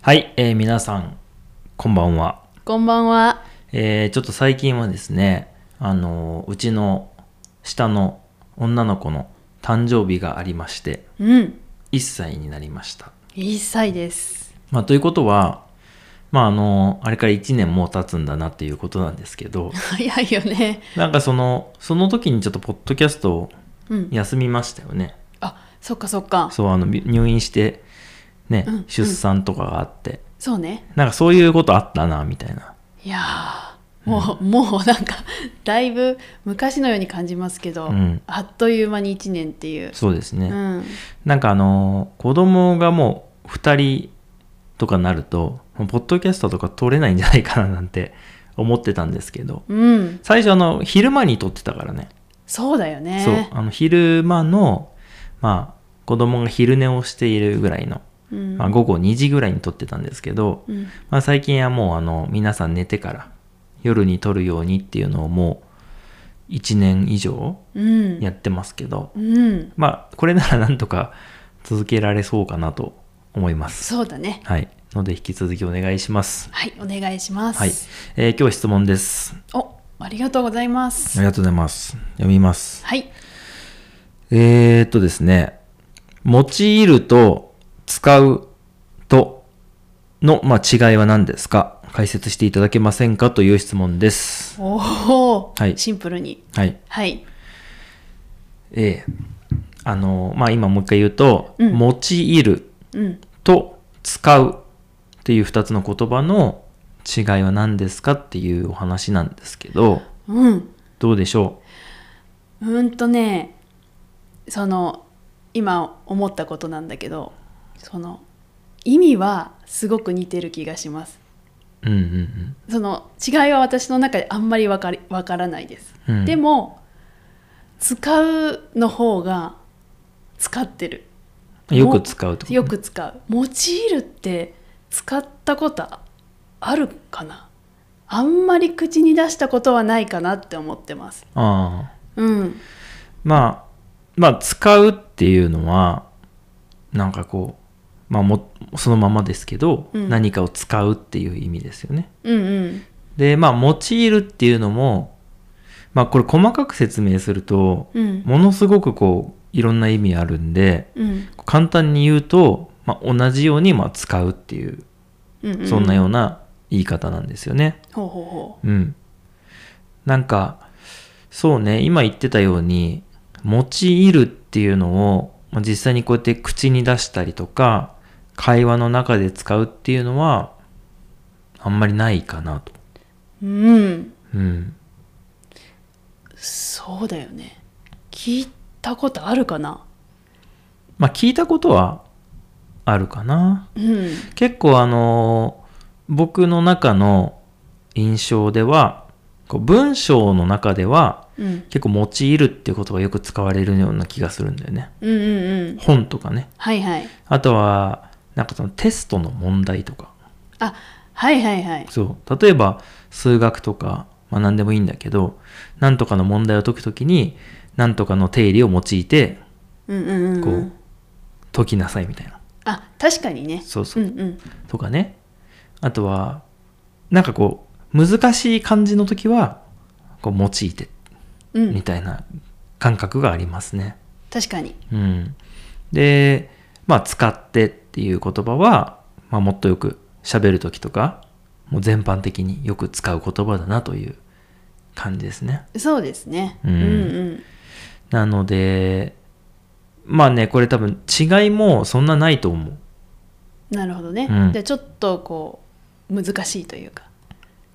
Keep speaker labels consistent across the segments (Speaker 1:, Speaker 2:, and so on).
Speaker 1: はい、えー皆さん、こんばんは。
Speaker 2: こんばんは。
Speaker 1: えーちょっと最近はですね、あのーうちの下の女の子の誕生日がありまして、
Speaker 2: うん。
Speaker 1: 1歳になりました。
Speaker 2: 1歳です。
Speaker 1: まあ、ということは、まあ、あのーあれから1年もう経つんだなっていうことなんですけ ど、
Speaker 2: 早いよね。
Speaker 1: なんかその、その時にちょっとポッドキャストを
Speaker 2: うん。
Speaker 1: 休みましたよね。
Speaker 2: あ、そっかそっか。
Speaker 1: そう、あの、び入院して、ね
Speaker 2: うん、
Speaker 1: 出産とかがあって、
Speaker 2: そうね。
Speaker 1: なんかそういうことあったな、みたいな。
Speaker 2: いやー、もう、もうなんか、だいぶ昔のように感じますけど、
Speaker 1: うん
Speaker 2: あっという間に1年っていう。
Speaker 1: そうですね。
Speaker 2: うん。
Speaker 1: なんかあの子供がもう2人とかなるともうポッドキャストとか撮れないんじゃないかななんて 思ってたんですけど
Speaker 2: うん。
Speaker 1: 最初あの昼間に撮ってたからね、
Speaker 2: そうだよ
Speaker 1: そう
Speaker 2: ね。
Speaker 1: あの昼間のまあ子供が昼寝をしているぐらいの、
Speaker 2: う。ん。
Speaker 1: まあ、午後2時ぐらいに撮ってたんですけど、
Speaker 2: うん。
Speaker 1: まあ、最近はもうあの皆さん寝てから夜に撮るようにっていうのをもう1年以上
Speaker 2: うん。
Speaker 1: やってますけど、
Speaker 2: うん。
Speaker 1: まあ、これならなんとか続けられそうかなと思います。
Speaker 2: そうだね。
Speaker 1: はい。ので、引き続きお願いします。
Speaker 2: はい、お願いします。
Speaker 1: はい。えー今日質問です。
Speaker 2: お、ありがとうございま
Speaker 1: あ
Speaker 2: す。
Speaker 1: りがとうございます。読みます。
Speaker 2: はい。
Speaker 1: えー、っとですね。用いると、使うとの、まあ、違いは何ですか解説していただけませんかという質問です。
Speaker 2: おお、
Speaker 1: はい
Speaker 2: シンプルに。
Speaker 1: はい。
Speaker 2: はい。
Speaker 1: えーあのーまあ、今もう一回言うと、
Speaker 2: うん
Speaker 1: 用いる
Speaker 2: うん。
Speaker 1: と使うっていう2つの言葉の違いは何ですかっていうお話なんですけど
Speaker 2: うん。
Speaker 1: どうでしょ
Speaker 2: うーんとねその今思ったことなんだけどその意味はすごく似てる気がします
Speaker 1: ううんうん
Speaker 2: その違いは私の中であんまりわかりわからないです、
Speaker 1: うんうん
Speaker 2: でも使うの方が使ってる
Speaker 1: よく使うってこと
Speaker 2: よく使う用いるって使ったことあるかなあんまり口に出したことはないかなって思ってます
Speaker 1: ああ
Speaker 2: うん
Speaker 1: まあまあ使うっていうのはなんかこうまあもそのままですけど、
Speaker 2: うん
Speaker 1: 何かを使うっていう意味ですよね
Speaker 2: うんうん
Speaker 1: でまあ用いるっていうのもまあこれ細かく説明すると
Speaker 2: うん
Speaker 1: ものすごくこういろんな意味あるんで
Speaker 2: うん
Speaker 1: 簡単に言うと、まあ、同じようにまあ使うっていう
Speaker 2: うんうん
Speaker 1: そんなような言い方なんですよね。
Speaker 2: ほうほうほ
Speaker 1: うん、なんかそうね今言ってたように「用いる」っていうのを、まあ、実際にこうやって口に出したりとか会話の中で使うっていうのはあんまりないかなと。
Speaker 2: ううん
Speaker 1: うん、
Speaker 2: そうだよね聞いたことあるかな
Speaker 1: まあ聞いたことはあるかな。
Speaker 2: うん
Speaker 1: 結構あのー僕の中の印象ではこう文章の中では
Speaker 2: うん
Speaker 1: 結構用いるっていうことがよく使われるような気がするんだよね
Speaker 2: うんうんうん
Speaker 1: 本とかね
Speaker 2: はいはい
Speaker 1: あとはなんかそのテストの問題とか
Speaker 2: あはいはいはい
Speaker 1: そう例えば数学とか、まあ、何でもいいんだけど何とかの問題を解くときに何とかの定理を用いて
Speaker 2: うんうんうん
Speaker 1: こ
Speaker 2: う
Speaker 1: うん解きなさいみたいな
Speaker 2: あ確かにね
Speaker 1: そうそう
Speaker 2: うんうん
Speaker 1: とかねあとはなんかこう難しい漢字の時はこう用いて
Speaker 2: う
Speaker 1: み
Speaker 2: ん
Speaker 1: たいな感覚がありますね。
Speaker 2: 確かに
Speaker 1: うん、でまあ使ってっていう言葉は、まあ、もっとよく喋る時とかもう全般的によく使う言葉だなという感じですね。
Speaker 2: そうですね
Speaker 1: う
Speaker 2: うんんうん
Speaker 1: なのでまあねこれ多分違いもそんなないと思う。
Speaker 2: なるほどね
Speaker 1: うん
Speaker 2: じゃあちょっとこう難しいというか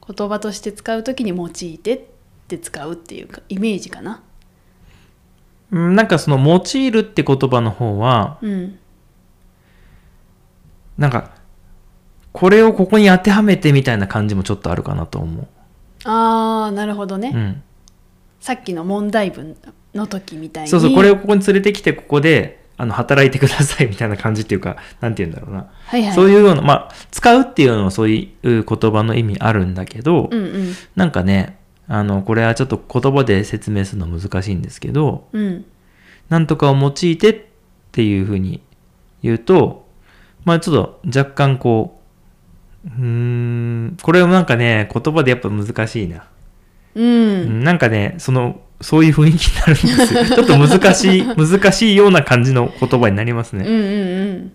Speaker 2: 言葉として使うときに用いてって使うっていうかイメージかな
Speaker 1: うんなんかその「用いる」って言葉の方は
Speaker 2: うん
Speaker 1: なんかこれをここに当てはめてみたいな感じもちょっとあるかなと思
Speaker 2: あーなるほど
Speaker 1: う、
Speaker 2: ね
Speaker 1: うん、
Speaker 2: さっきの問題文の時みたいに
Speaker 1: そうそうこれをここに連れてきてここであの働いてくださいみたいな感じっていうか なんて言うんだろうな、
Speaker 2: はいはい
Speaker 1: そういうようなまあ使うっていうのはそういう言葉の意味あるんだけど、
Speaker 2: うんうん
Speaker 1: なんかねあのこれはちょっと言葉で説明するの難しいんですけど
Speaker 2: うん
Speaker 1: なんとかを用いてっていうふうに言うとまあちょっと若干こううーん、これもなんかね、言葉でやっぱ難しいな。
Speaker 2: うん、
Speaker 1: なんかね、その、そういう雰囲気になるんですよ。ちょっと難しい、難しいような感じの言葉になります
Speaker 2: うん、うん
Speaker 1: ね。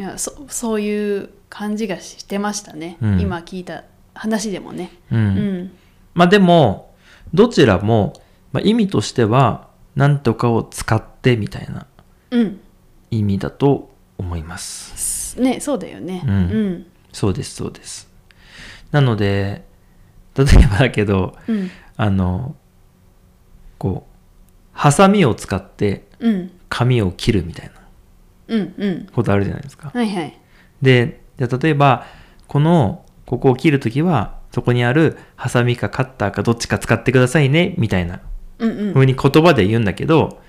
Speaker 2: うんいやそそういう感じがしてましたね、
Speaker 1: うん
Speaker 2: 今聞いた話でもね
Speaker 1: うん。
Speaker 2: うん
Speaker 1: まあでも、どちらも、まあ、意味としては、なんとかを使ってみたいな
Speaker 2: うん、
Speaker 1: 意味だと思います。
Speaker 2: ねそうだよね
Speaker 1: うん
Speaker 2: うん
Speaker 1: そうです、そうです。なので、例えばだけど、
Speaker 2: うん
Speaker 1: あの、こう、ハサミを使って
Speaker 2: うん
Speaker 1: 髪を切るみたいな
Speaker 2: うんうん
Speaker 1: ことあるじゃないですか。
Speaker 2: はいはい
Speaker 1: で、じゃあ例えば、この、ここを切るときは、そこにあるハサミかカッターかどっちか使ってくださいね、みたいな
Speaker 2: うんう
Speaker 1: 風に言葉で言うんだけど、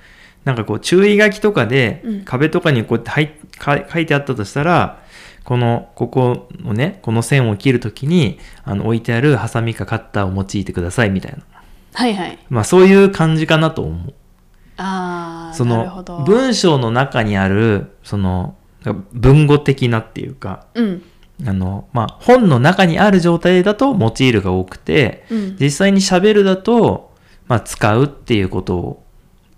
Speaker 1: なんかこう注意書きとかで
Speaker 2: うん
Speaker 1: 壁とかにこうやって入っか書いてあったとしたら、この、ここのね、この線を切るときに、あの、置いてあるハサミかカッターを用いてくださいみたいな。
Speaker 2: はいはい
Speaker 1: まあそういう感じかなと思う。
Speaker 2: ああ
Speaker 1: そ
Speaker 2: なるほど
Speaker 1: の、文章の中にある、その、文語的なっていうか、
Speaker 2: うん
Speaker 1: あの、まあ、本の中にある状態だと用いるが多くて、
Speaker 2: うん
Speaker 1: 実際に喋るだと、まあ、使うっていうことを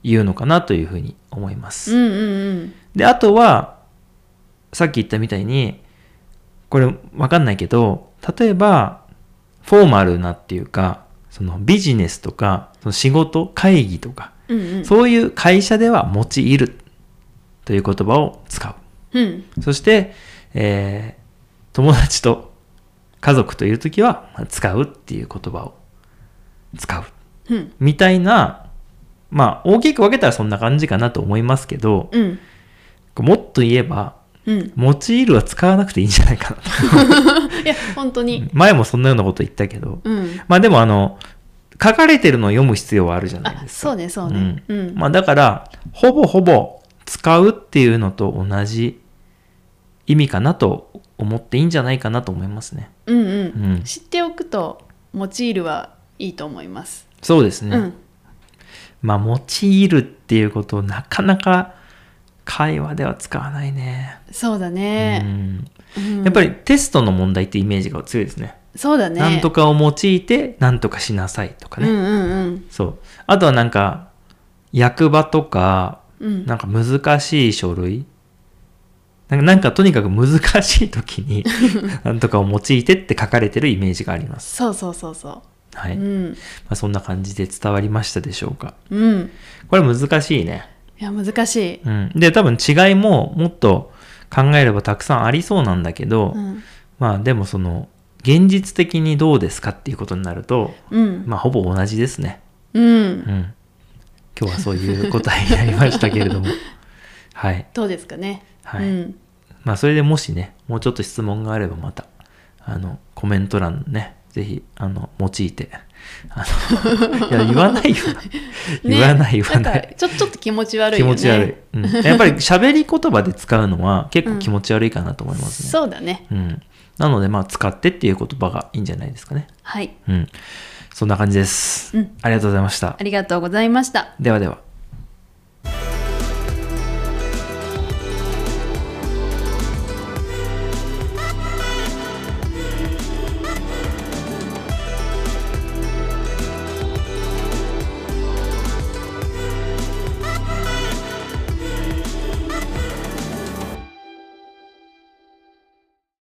Speaker 1: 言うのかなというふうに思いま
Speaker 2: う
Speaker 1: す。
Speaker 2: んうん
Speaker 1: で、あとは、さっき言ったみたいに、これわかんないけど、例えば、フォーマルなっていうか、そのビジネスとか、その仕事、会議とか、
Speaker 2: うんうんうん
Speaker 1: そういう会社では用いるという言葉を使う。
Speaker 2: うん
Speaker 1: そして、えー友達と家族といるときは、まあ使うっていう言葉を使う。
Speaker 2: うん
Speaker 1: みたいな、まあ、大きく分けたらそんな感じかなと思いますけど、
Speaker 2: うん
Speaker 1: もっと言えば、
Speaker 2: うん
Speaker 1: 用いるは使わなくていいんじゃないかなと。
Speaker 2: いや本当に
Speaker 1: 前もそんなようなこと言ったけど、
Speaker 2: うん
Speaker 1: まあでもあの、書かれてるのを読む必要はあるじゃない
Speaker 2: あ
Speaker 1: です
Speaker 2: そ
Speaker 1: か。
Speaker 2: うねそうねう
Speaker 1: うん
Speaker 2: ん
Speaker 1: まあだから、ほぼほぼ使うっていうのと同じ意味かなと思っていいんじゃないかなと思いますね。
Speaker 2: うん
Speaker 1: う
Speaker 2: うん
Speaker 1: ん。
Speaker 2: 知っておくと用いるはいいと思います
Speaker 1: そうです
Speaker 2: う
Speaker 1: ね。
Speaker 2: ん
Speaker 1: まあ、用いるっていうことをなかなか会話では使わないね。
Speaker 2: そうだ
Speaker 1: う
Speaker 2: ね
Speaker 1: ん
Speaker 2: うん
Speaker 1: やっぱりテストの問題ってイメージが強いですね。
Speaker 2: そうだね
Speaker 1: なんとかを用いてなんとかしなさいとか
Speaker 2: うん
Speaker 1: ね。
Speaker 2: うん
Speaker 1: そう。あとはなんか、役場とか、
Speaker 2: うんうん
Speaker 1: なんか難しい書類なんかなんかとにかく難しい時に なんとかを用いてって書かれてるイメージがあります。
Speaker 2: そうそうそうそ
Speaker 1: は
Speaker 2: う
Speaker 1: い。
Speaker 2: う
Speaker 1: ま
Speaker 2: ん
Speaker 1: あ、そんな感じで伝わりましたでしょうか。
Speaker 2: うん
Speaker 1: これ難しいね。
Speaker 2: いや難しい
Speaker 1: うん。で、多分違いももっと考えればたくさんありそうなんだけど、
Speaker 2: うん
Speaker 1: まあでもその、現実的にどうですかっていうことになると、
Speaker 2: うん
Speaker 1: まあほぼ同じですね。
Speaker 2: うん
Speaker 1: うん。今日はそういう答えになりましたけれ ども。はい。
Speaker 2: どうですかね
Speaker 1: はい
Speaker 2: うん
Speaker 1: まあそれでもしね、もうちょっと質問があればまた、あの、コメント欄ね、ぜひ、あの、用いて、あ の、いや、言わないよ。言わない、
Speaker 2: ね
Speaker 1: 言わな
Speaker 2: なん
Speaker 1: い。
Speaker 2: かちょちょっと気持ち悪い
Speaker 1: 気
Speaker 2: よね
Speaker 1: 持ち悪い。うん、やっぱり喋り言葉で使うの は結構気持ち悪いかなと思いますね。
Speaker 2: そうだね
Speaker 1: うん。なので、まあ、使ってっていう言葉がいいんじゃないですかね。
Speaker 2: はい
Speaker 1: うん。そんな感じです。
Speaker 2: うん
Speaker 1: ありがとうございました
Speaker 2: あ。りがとうございました
Speaker 1: ではでは。